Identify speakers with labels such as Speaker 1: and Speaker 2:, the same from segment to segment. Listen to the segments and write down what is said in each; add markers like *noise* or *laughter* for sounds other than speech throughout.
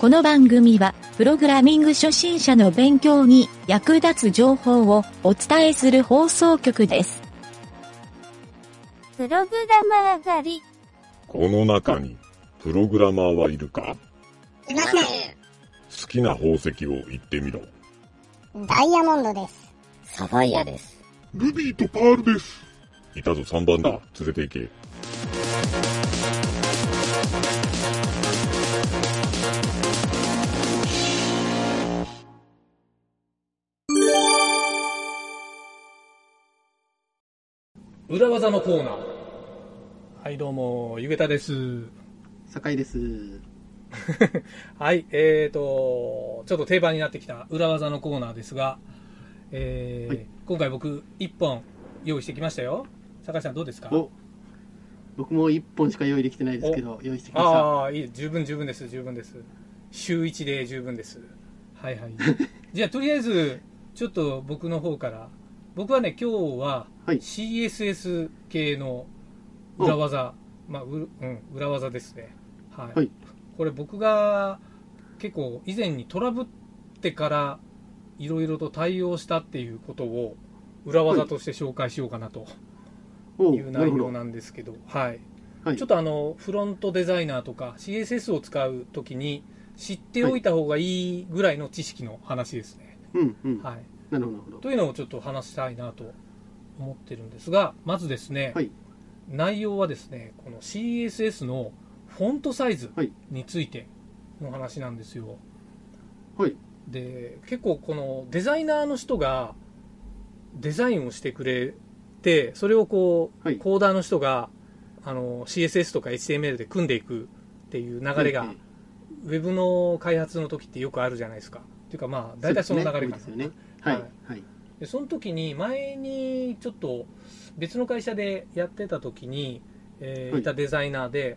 Speaker 1: この番組は、プログラミング初心者の勉強に役立つ情報をお伝えする放送局です。
Speaker 2: プログラマー狩り。
Speaker 3: この中に、プログラマーはいるか
Speaker 4: いませ
Speaker 3: 好きな宝石を言ってみろ。
Speaker 4: ん。ダイヤモンドです。
Speaker 5: サファイアです。
Speaker 3: ルビーとパールです。いたぞ3番だ。連れて行け。
Speaker 6: 裏技のコーナー。はい、どうも、ゆげたです。
Speaker 7: 酒井です。
Speaker 6: *laughs* はい、えーと、ちょっと定番になってきた裏技のコーナーですが、えー
Speaker 7: はい
Speaker 6: 今回僕、1本用意してきましたよ。坂井さんどうですか
Speaker 7: お僕も1本しか用意できてないですけど、用意してきました。
Speaker 6: ああ、いい、十分十分です、十分です。週1で十分です。はいはい。 *laughs* じゃあ、とりあえず、ちょっと僕の方から、僕はね、今日は
Speaker 7: はい
Speaker 6: CSS 系の裏技、まあ、ううん、裏技ですね。はい。
Speaker 7: はい
Speaker 6: これ僕が結構以前にトラブってからいろいろと対応したっていうことを裏技として紹介しようかなと
Speaker 7: お
Speaker 6: いう
Speaker 7: うなる
Speaker 6: 内
Speaker 7: ほ
Speaker 6: 容
Speaker 7: ど。
Speaker 6: なんですけど、はい。
Speaker 7: はい
Speaker 6: ちょっとあのフロントデザイナーとか CSS を使うときに知っておいた方がいいぐらいの知識の話ですね。
Speaker 7: うんうん。
Speaker 6: はい
Speaker 7: なるほど、なるほど。
Speaker 6: というのをちょっと話したいなと思ってるんですがまずですね、
Speaker 7: はい
Speaker 6: 内容はですねこの CSS のフォントサイズ
Speaker 7: はい
Speaker 6: についての話なんですよ。
Speaker 7: はい。
Speaker 6: で結構このデザイナーの人がデザインをしてくれてそれをこう、
Speaker 7: はい
Speaker 6: コーダーの人があの CSS とか HTML で組んでいくっていう流れが、
Speaker 7: うんうん
Speaker 6: ウェブの開発の時ってよくあるじゃないですかっていうかまあ大体その流れ
Speaker 7: う
Speaker 6: かな
Speaker 7: ですね多いですよね。はい。
Speaker 6: は
Speaker 7: はいい。
Speaker 6: でその時に前にちょっと別の会社でやってた時に、えー
Speaker 7: はい
Speaker 6: いたデザイナーで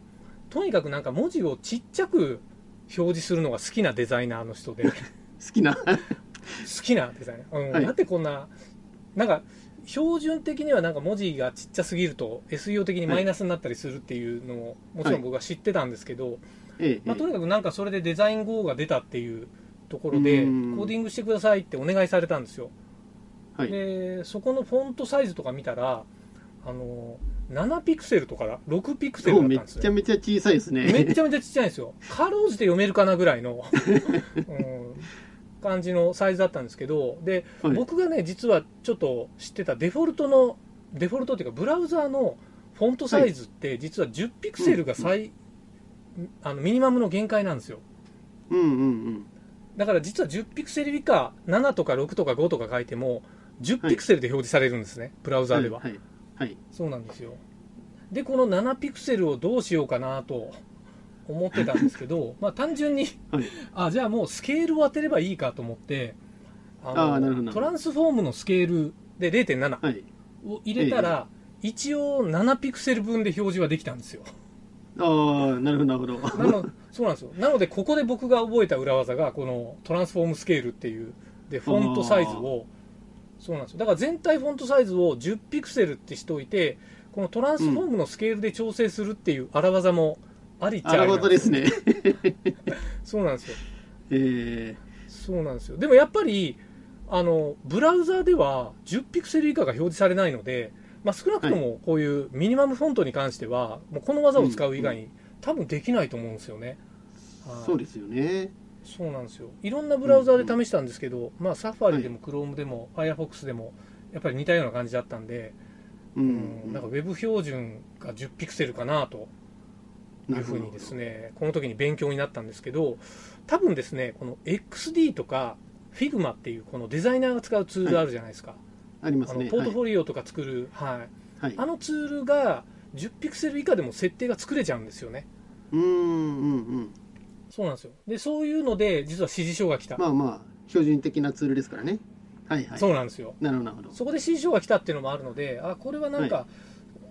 Speaker 6: とにかくなんか文字をちっちゃく表示するのが好きなデザイナーの
Speaker 7: *laughs*
Speaker 6: 人で好
Speaker 7: 好きな。
Speaker 6: きなデザイナー、うん
Speaker 7: はい
Speaker 6: なんでこんななんか標準的にはなんか文字がちっちゃすぎると SEO 的にマイナスになったりするっていうのをもちろん僕は知ってたんですけど、
Speaker 7: ええ。
Speaker 6: まあ、と
Speaker 7: え
Speaker 6: にかくなんかそれでデザイン GO が出たっていうところでコ
Speaker 7: うん
Speaker 6: ーディングしてくださいってお願いされたんですよ
Speaker 7: えはい。
Speaker 6: でそこのフォントサイズとか見たらあの7ピクセルとか6ピクセル
Speaker 7: お
Speaker 6: だっ
Speaker 7: め
Speaker 6: たんです
Speaker 7: ちゃ
Speaker 6: よ
Speaker 7: めちゃ小さいですね。
Speaker 6: めっちゃめちゃちっちゃいんですよかろうじて読めるかなぐらい *laughs* の、うん感じのサイズだったんですけどで、
Speaker 7: *laughs* はい
Speaker 6: 僕がね実はちょっと知ってたデフォルトのデフォルトっていうかブラウザーのフォントサイズって実は10ピクセルが最、あのミニマムの限界なんですよ
Speaker 7: うんうん
Speaker 6: だから実は10ピクセル以下7とか6とか5とか書いても10ピクセルで表示されるんですね、ブラ
Speaker 7: う
Speaker 6: ウ
Speaker 7: ん。
Speaker 6: ザーでは、
Speaker 7: はい。はいはい。
Speaker 6: そうなんですよでこの7ピクセルをどうしようかなと思ってたんです
Speaker 7: *laughs*
Speaker 6: けどまあ単純に
Speaker 7: はい
Speaker 6: あじゃあもうスケールを当てればいいかと思ってあ
Speaker 7: あーなるほど
Speaker 6: トランスフォームのスケールで0.7
Speaker 7: はい。
Speaker 6: を入れたら、一応7ピクセル分で表示はできたんですよ
Speaker 7: ああ、なるほど、なるほど。
Speaker 6: なのそうなんですよなのでここで僕が覚えた裏技がこのトランスフォームスケールっていうでフォントサイズをそうなんですよだから全体フォントサイズを10ピクセルってしといてこのトランスフォームのスケールで調整するっていう荒技もありっちゃ
Speaker 7: あ
Speaker 6: あ
Speaker 7: ら
Speaker 6: りな
Speaker 7: ご
Speaker 6: んで
Speaker 7: と
Speaker 6: す
Speaker 7: ですね。 *laughs*
Speaker 6: そうなんですよ
Speaker 7: ええ。
Speaker 6: そうなんですよでもやっぱりあのブラウザーでは10ピクセル以下が表示されないので、まあ、少なくともこういうミニマムフォントに関しては、もうこの技を使う以外に多分できないと思うんですよね、はい
Speaker 7: そうですよね。
Speaker 6: そうなんですよいろんなブラウザーで試したんですけど、まあ、サファリでも Chrome でも Firefox でもやっぱり似たような感じだったんで、
Speaker 7: う
Speaker 6: うん
Speaker 7: ん。
Speaker 6: なんかウェブ標準が10ピクセルかなとい
Speaker 7: な
Speaker 6: う
Speaker 7: るほ
Speaker 6: ふ
Speaker 7: ど
Speaker 6: うにです。ねこの時に勉強になったんですけど多分ですねこの XD とか Figma っていうこのデザイナーが使うツールあるじゃないですか、
Speaker 7: ありま
Speaker 6: あ
Speaker 7: す
Speaker 6: の
Speaker 7: ね。
Speaker 6: ポートフォリオとか作る、はい
Speaker 7: はい。
Speaker 6: あ
Speaker 7: はい
Speaker 6: のツールが10ピクセル以下でも設定が作れちゃうんですよね
Speaker 7: うんうんうん。
Speaker 6: そうなんですよでそういうので実は指示書が来た、
Speaker 7: まあまあ、標準的なツールですからね。はいはい。
Speaker 6: そうなんですよ
Speaker 7: なるほど、なるほど。
Speaker 6: そこで新章が来たっていうのもあるので、あこれはなんか、
Speaker 7: は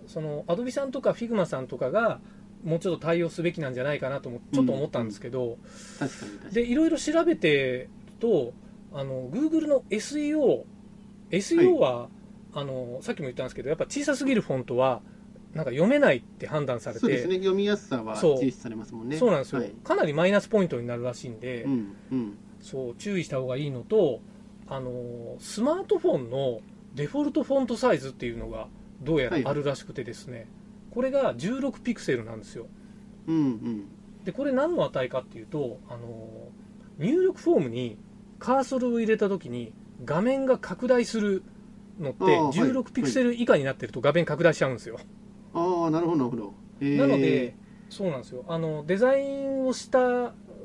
Speaker 6: そのアドビさんとかフィグマさんとかが、もうちょっと対応すべきなんじゃないかなともちょっと思ったんですけど、
Speaker 7: 確かに確かに。
Speaker 6: でいろいろ調べてると、あの Google の SEO、SEO は、あのさっきも言ったんですけど、やっぱ小さすぎるフォントはなんか読めないって判断されて
Speaker 7: そうですね、読みやすさは
Speaker 6: そう
Speaker 7: 重視されますもんね。
Speaker 6: そうなんですよ、
Speaker 7: はい
Speaker 6: かなりマイナスポイントになるらしいんで、
Speaker 7: うん、うん。
Speaker 6: そう注意した方がいいのとあのースマートフォンのデフォルトフォントサイズっていうのがどうやらあるらしくてですね、これが16ピクセルなんですよ
Speaker 7: うん、うん。
Speaker 6: でこれ何の値かっていうとあのー入力フォームにカーソルを入れた時に画面が拡大するのって
Speaker 7: あーはい
Speaker 6: 16ピクセル以下になってると画面拡大しちゃうんですよ、
Speaker 7: ああ、なるほど、なるほど。えー
Speaker 6: なので、そうなんですよあのデザインをした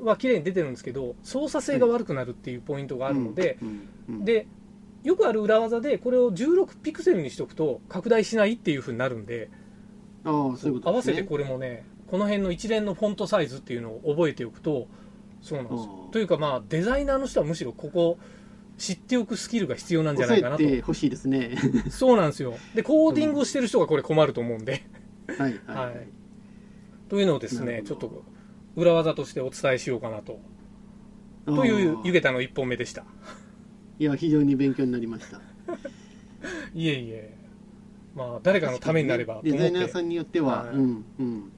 Speaker 6: は綺麗に出てるんですけど操作性が悪くなるっていうポイントがあるので、
Speaker 7: うん、うん、
Speaker 6: でよくある裏技でこれを16ピクセルにしとくと拡大しないっていうふうになるんで
Speaker 7: ああ、そういうこと
Speaker 6: 合わ
Speaker 7: です
Speaker 6: せ
Speaker 7: ね。
Speaker 6: てこれもねこの辺の一連のフォントサイズっていうのを覚えておくとそうなんですよ
Speaker 7: あー
Speaker 6: というかまあデザイナーの人はむしろここ知っておくスキルが必要なんじゃないか
Speaker 7: 抑
Speaker 6: な
Speaker 7: えてほしいですね。 *laughs*
Speaker 6: とそうなんですよでコーディングをしてる人がこれ困ると思うんで
Speaker 7: はい、はい、
Speaker 6: はいというのをです
Speaker 7: な
Speaker 6: ね
Speaker 7: る
Speaker 6: ちょ
Speaker 7: ほ
Speaker 6: っ
Speaker 7: ど
Speaker 6: と裏技としてお伝えしようかなと
Speaker 7: あー
Speaker 6: というゆげたの1本目でした
Speaker 7: いや、非常に勉強になりました。
Speaker 6: いえいえまあ誰かのためになればと
Speaker 7: デ
Speaker 6: 思っ
Speaker 7: ザ
Speaker 6: て、
Speaker 7: イナーさんによっては、
Speaker 6: はい
Speaker 7: うん、うん。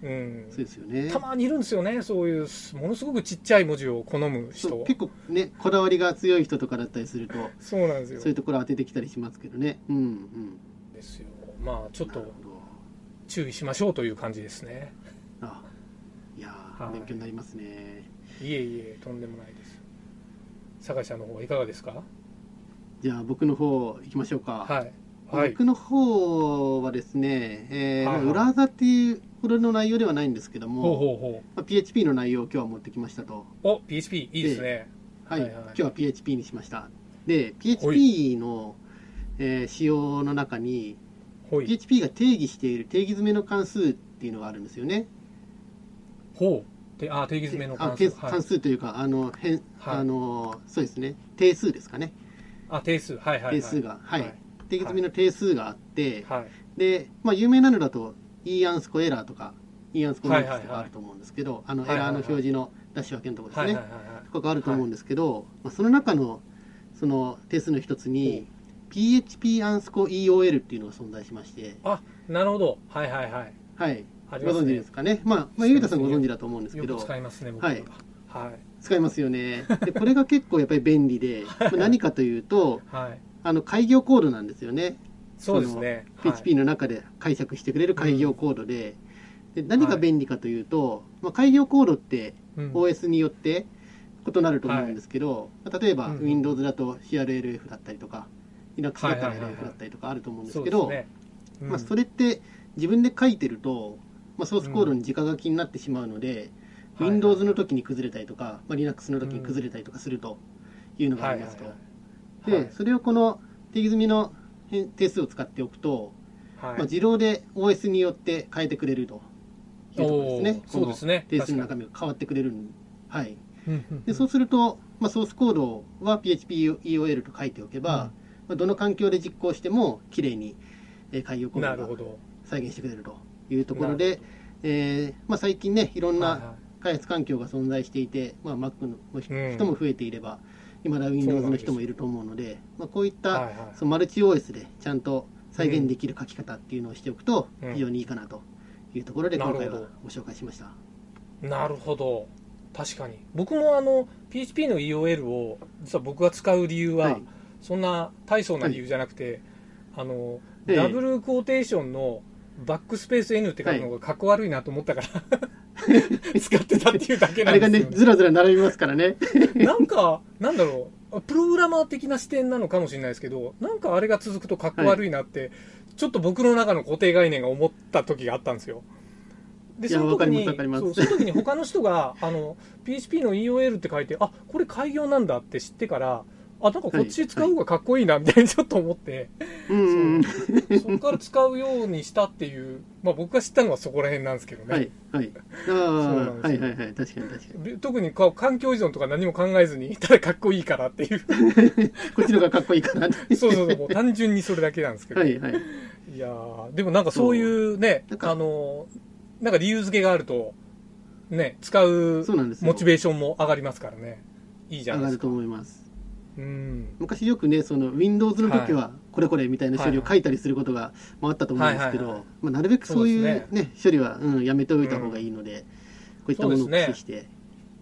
Speaker 6: うん
Speaker 7: そうですよね。
Speaker 6: たまにいるんですよね、そういうものすごくちっちゃい文字を好む
Speaker 7: そ
Speaker 6: 人、そう
Speaker 7: う結構ね、こだわりが強い人とかだったりすると、
Speaker 6: なんですよ
Speaker 7: そういうところ当ててきたりしますけどね。うん、うん。
Speaker 6: ですよ、まあ、ちょっ
Speaker 7: なる
Speaker 6: と
Speaker 7: ほど。
Speaker 6: 注意しましょうという感じですね。
Speaker 7: あいやー、
Speaker 6: はい
Speaker 7: 勉強になりますね。
Speaker 6: いえいえ、とんでもないです。酒井さんの方はいかがですか
Speaker 7: じゃあ、僕の方行きましょうか。
Speaker 6: はい、はい、
Speaker 7: 僕の方はですね、えー
Speaker 6: はいはい
Speaker 7: まあ裏技っていうほどの内容ではないんですけども、
Speaker 6: ほうほうほ
Speaker 7: まあ PHP の内容を今日は持ってきましたと、
Speaker 6: う、お PHP、いいですね。
Speaker 7: はい
Speaker 6: はいはい
Speaker 7: 今日は PHP にしましたで PHP の、えー仕様の中に
Speaker 6: ほい、
Speaker 7: PHP が定義している定義詰めの関数っていうのがあるんですよね
Speaker 6: ほう、であ定義詰めの
Speaker 7: あ
Speaker 6: 関
Speaker 7: 定
Speaker 6: 数、
Speaker 7: 数
Speaker 6: はい
Speaker 7: 関数というか、あの変、
Speaker 6: はい
Speaker 7: あのそうですね定数ですかね、
Speaker 6: あ定数、はいはい、は
Speaker 7: 定
Speaker 6: い、
Speaker 7: 数がはい、
Speaker 6: はい
Speaker 7: 定義詰めの定数があって、
Speaker 6: はい、
Speaker 7: で、まあ、有名なのだと e アンスコエラーとか e アンスコノックスとかあると思うんですけど、あの
Speaker 6: はいはい
Speaker 7: エ
Speaker 6: は
Speaker 7: ラ
Speaker 6: い
Speaker 7: ーの表示の出し分けのところです
Speaker 6: は
Speaker 7: ね、
Speaker 6: い、はい、はい、
Speaker 7: とかがあると思うんですけど、まあ、その中のその定数の一つに PHP アンスコ EOL っていうのが存在しまして、
Speaker 6: はい、なるほど、はい、はい、はい、
Speaker 7: はい、
Speaker 6: あり
Speaker 7: ご
Speaker 6: ま
Speaker 7: 存
Speaker 6: す
Speaker 7: 知で
Speaker 6: ね。
Speaker 7: すかね、まあ、まあ、ゆうたさんご存知だと思うんですけ
Speaker 6: よ
Speaker 7: ど
Speaker 6: く、使いますね、僕
Speaker 7: はい
Speaker 6: はい、
Speaker 7: 使いますよね。で、これが結構やっぱり便利で、まあ何かというと、
Speaker 6: はい、
Speaker 7: あの開業コードなんですよね。
Speaker 6: そうですね。はい
Speaker 7: PHP の中で解釈してくれる開業コードで,、で何が便利かというと、まあ、開業コードって
Speaker 6: うん
Speaker 7: OS によって異なると思うんですけど、まあ例えば
Speaker 6: うんうん
Speaker 7: Windows だと CRLF だったりとか Linux だと
Speaker 6: はいはいはいはい
Speaker 7: LF だったりとかあると思うんで
Speaker 6: そ
Speaker 7: す
Speaker 6: う
Speaker 7: け
Speaker 6: で
Speaker 7: ど、
Speaker 6: すねうん
Speaker 7: まあ、それって自分で書いてると、まあ、ソースコードに直書きになってしまうので、
Speaker 6: うん
Speaker 7: Windows の時に崩れたりとか、まあ、Linux の時に崩れたりとかするというのがありますと。
Speaker 6: はいはいはい
Speaker 7: でそれをこの定義済みの変定数を使っておくと、
Speaker 6: はい
Speaker 7: まあ、自動で OS によって変えてくれるというところですね
Speaker 6: おー。そうですね
Speaker 7: この定数の中身が変わってくれるんはい。
Speaker 6: うんうん
Speaker 7: で、そうすると、まあ、ソースコードは PHPEOL と書いておけば、
Speaker 6: うん
Speaker 7: まあ、どの環境で実行しても綺麗にえー開業コー
Speaker 6: な
Speaker 7: ド
Speaker 6: るほ
Speaker 7: が
Speaker 6: ど
Speaker 7: 再現してくれるというところ
Speaker 6: なる
Speaker 7: で、えーまあ、最近ね、いろん
Speaker 6: はいは
Speaker 7: ない開発環境が存在していて、まあ、Mac の
Speaker 6: うん
Speaker 7: 人も増えていれば、今だ Windows の人もいると思うので、まあ、こういった、
Speaker 6: はいはい
Speaker 7: そのマルチ OS でちゃんと再現できる書き方っていうのをしておくと
Speaker 6: うん
Speaker 7: 非常にいいかなというところで
Speaker 6: なる
Speaker 7: 今
Speaker 6: ほど
Speaker 7: 回はご紹介しました。
Speaker 6: なるほど確かに僕もあの PHP の EOL を実は僕が使う理由は、
Speaker 7: はい
Speaker 6: そんな大層な理由じゃなくて、あの
Speaker 7: ええ
Speaker 6: ダブルクォーテーションのバックスペース N って書くのがかっこ悪いなと思っ
Speaker 7: *laughs*
Speaker 6: たから、使ってたっていうだけ
Speaker 7: あ
Speaker 6: なん
Speaker 7: れが
Speaker 6: です
Speaker 7: ね、
Speaker 6: よ、ね
Speaker 7: ずらずら並びますから
Speaker 6: *laughs*
Speaker 7: ね。
Speaker 6: なんかなんだろうプログラマー的な視点なのかもしれないですけどなんかあれが続くとかっこ悪いなって、ちょっと僕の中の固定概念が思った時があったんですよで
Speaker 7: いや
Speaker 6: その時に
Speaker 7: わかります
Speaker 6: そ
Speaker 7: わ
Speaker 6: う
Speaker 7: か
Speaker 6: そ
Speaker 7: ります
Speaker 6: の時に他の人があの PHP の EOL って書いてあこれ開業なんだって知ってからあなんかこっち使う方がかっこいいなみたいにちょっと
Speaker 7: *laughs*
Speaker 6: 思って、
Speaker 7: うんうん。
Speaker 6: そこから使うようにしたっていう、まあ、僕が知ったのはそこら辺なんですけどね、
Speaker 7: はい、はい。ああ、
Speaker 6: うな
Speaker 7: は
Speaker 6: んで
Speaker 7: い
Speaker 6: すよ
Speaker 7: はいはい。確かに確かに。
Speaker 6: で特にこう環境依存とか何も考えずにただかっこいいからっていう
Speaker 7: こっちの方がかっこいいかなって。
Speaker 6: *laughs* そうそうそう、もう単純にそれだけなんですけど。、
Speaker 7: はいいはい。
Speaker 6: やーでもなんかそういうね、
Speaker 7: そうなんか
Speaker 6: あのー、なんか理由付けがあると、ね、使う
Speaker 7: そうなんですよ。
Speaker 6: モチベーションも上がりますからね。いいじゃ
Speaker 7: 上
Speaker 6: ない
Speaker 7: が
Speaker 6: です
Speaker 7: ると
Speaker 6: か。
Speaker 7: 思います。
Speaker 6: うん。
Speaker 7: 昔よくね、その Windows の時は、これこれみたいな処理を書いたりすることがまああったと思うんですけ
Speaker 6: はいはい
Speaker 7: ど
Speaker 6: は
Speaker 7: まあなるべくそういう,、
Speaker 6: そう
Speaker 7: ね
Speaker 6: です
Speaker 7: 処理は、うん、やめておいた方がいいので、こういったものを
Speaker 6: そうですね
Speaker 7: 駆使して、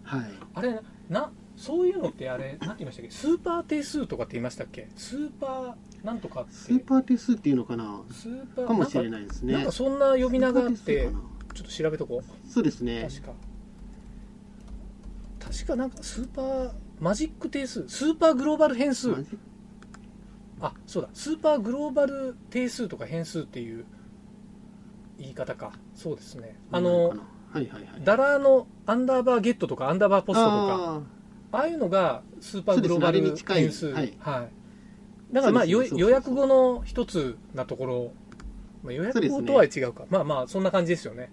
Speaker 7: はい、
Speaker 6: あれなそういうのってあれなんて言いましたっけスーパー定数とかって言いましたっけスーパーなんとかって
Speaker 7: スーパー定数っていうのかな
Speaker 6: スーパー
Speaker 7: かもしれ
Speaker 6: い
Speaker 7: ないです
Speaker 6: ねなん
Speaker 7: ね
Speaker 6: かそんな呼び名があっ
Speaker 7: スーパー
Speaker 6: て
Speaker 7: 定数かな
Speaker 6: ちょっと調べとこう
Speaker 7: そうですね
Speaker 6: 確か確かなんかスーパーマジック定数スーパーグローバル変数
Speaker 7: マジ
Speaker 6: あそうだスーパーグローバル定数とか変数っていう言い方かそうですねあ
Speaker 7: か
Speaker 6: の
Speaker 7: なはいはいはい
Speaker 6: ダラーのアンダーバーゲットとかアンダーバーポストとか
Speaker 7: あー
Speaker 6: ああいうのがスーパーグローバル
Speaker 7: そうですねあれ
Speaker 6: 変
Speaker 7: に
Speaker 6: 数
Speaker 7: 近い
Speaker 6: はい、
Speaker 7: ですね
Speaker 6: だからまあ
Speaker 7: そう
Speaker 6: よ
Speaker 7: そうそう
Speaker 6: 予約後の一つなところ、まあ、予約後とは違うかまあまあそんな感じですよね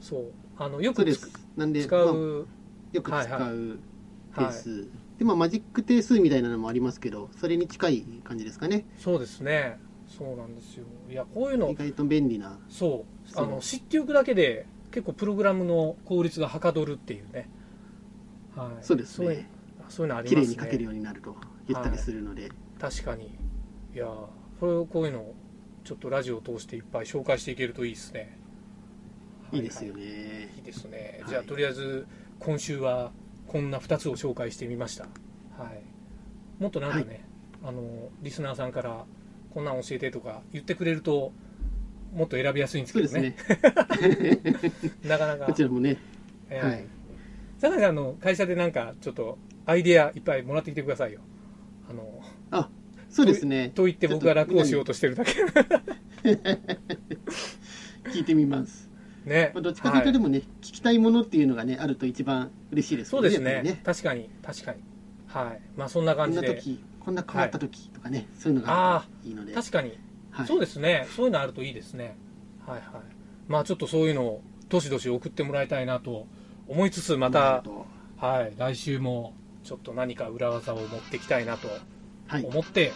Speaker 6: そうあのよ
Speaker 7: そう
Speaker 6: く
Speaker 7: で
Speaker 6: つ
Speaker 7: すなんで、ま
Speaker 6: 使
Speaker 7: あ、
Speaker 6: う、
Speaker 7: よく使
Speaker 6: はいは
Speaker 7: う
Speaker 6: は
Speaker 7: 定
Speaker 6: い
Speaker 7: 数、でまあマジック定数みたいなのもありますけどそれに近い感じですかね
Speaker 6: そうですねそうなんですよいやこういうの
Speaker 7: 意外と便利な
Speaker 6: そう
Speaker 7: そう
Speaker 6: あの知っておくだけで結構プログラムの効率がはかどるっていうね、はい、
Speaker 7: そうです
Speaker 6: そういう
Speaker 7: ね
Speaker 6: あそういうのあります
Speaker 7: 綺
Speaker 6: ね
Speaker 7: 麗に書けるようになると言ったりするので、
Speaker 6: 確かにいやーこれをこういうのをちょっとラジオを通していっぱい紹介していけるといいですね
Speaker 7: い、いですよ
Speaker 6: ね、
Speaker 7: ね、
Speaker 6: いいですね、
Speaker 7: はい
Speaker 6: じゃあとりあえず今週はこんな2つを紹介してみました、はい、もっとなんかね、あのリスナーさんからこんなん教えてとか言ってくれるともっと選びやすいんです
Speaker 7: そう
Speaker 6: け
Speaker 7: で
Speaker 6: ど
Speaker 7: す
Speaker 6: ね
Speaker 7: ね
Speaker 6: なかなか
Speaker 7: こちらもね、
Speaker 6: えー
Speaker 7: はい
Speaker 6: 酒井さんあの会社でなんかちょっとアイデアいっぱいもらってきてくださいよあの
Speaker 7: あそうですね
Speaker 6: と言って僕が楽をしようとしてるだけ
Speaker 7: 聞いてみます、
Speaker 6: ね
Speaker 7: まあ、どっちかというとで
Speaker 6: も、
Speaker 7: もね、聞きたいものっていうのがねあると一番嬉しいです
Speaker 6: そ
Speaker 7: よ
Speaker 6: うですね
Speaker 7: やっぱり
Speaker 6: 確かに確かにはいまあそんな
Speaker 7: こ
Speaker 6: 感
Speaker 7: ん
Speaker 6: じ
Speaker 7: な
Speaker 6: で
Speaker 7: 時こんな変わった時とかね、そういうのがあるといいので
Speaker 6: 確かに、
Speaker 7: はい、
Speaker 6: そうですねそういうのあるといいですねはいはいまあちょっとそういうのをどしどし送ってもらいたいなと思いつつまた、はい、来週もちょっと何か裏技を持ってきたいなと
Speaker 7: はい、
Speaker 6: 思って、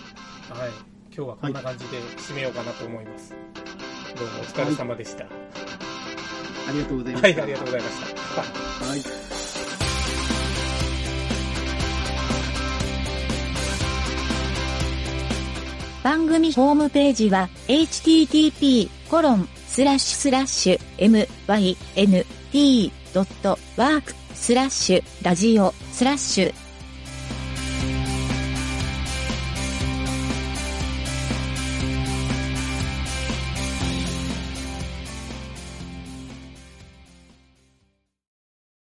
Speaker 6: はい、今日はこんな感じで締めようかなと思います。どうもお疲れ様でした。は
Speaker 7: ありがとうございま
Speaker 6: い、
Speaker 7: した、
Speaker 6: ありがとうございました。はい
Speaker 7: はい
Speaker 1: 番組ホームページは http:// mynt.work スラッシュラジオスラッシュ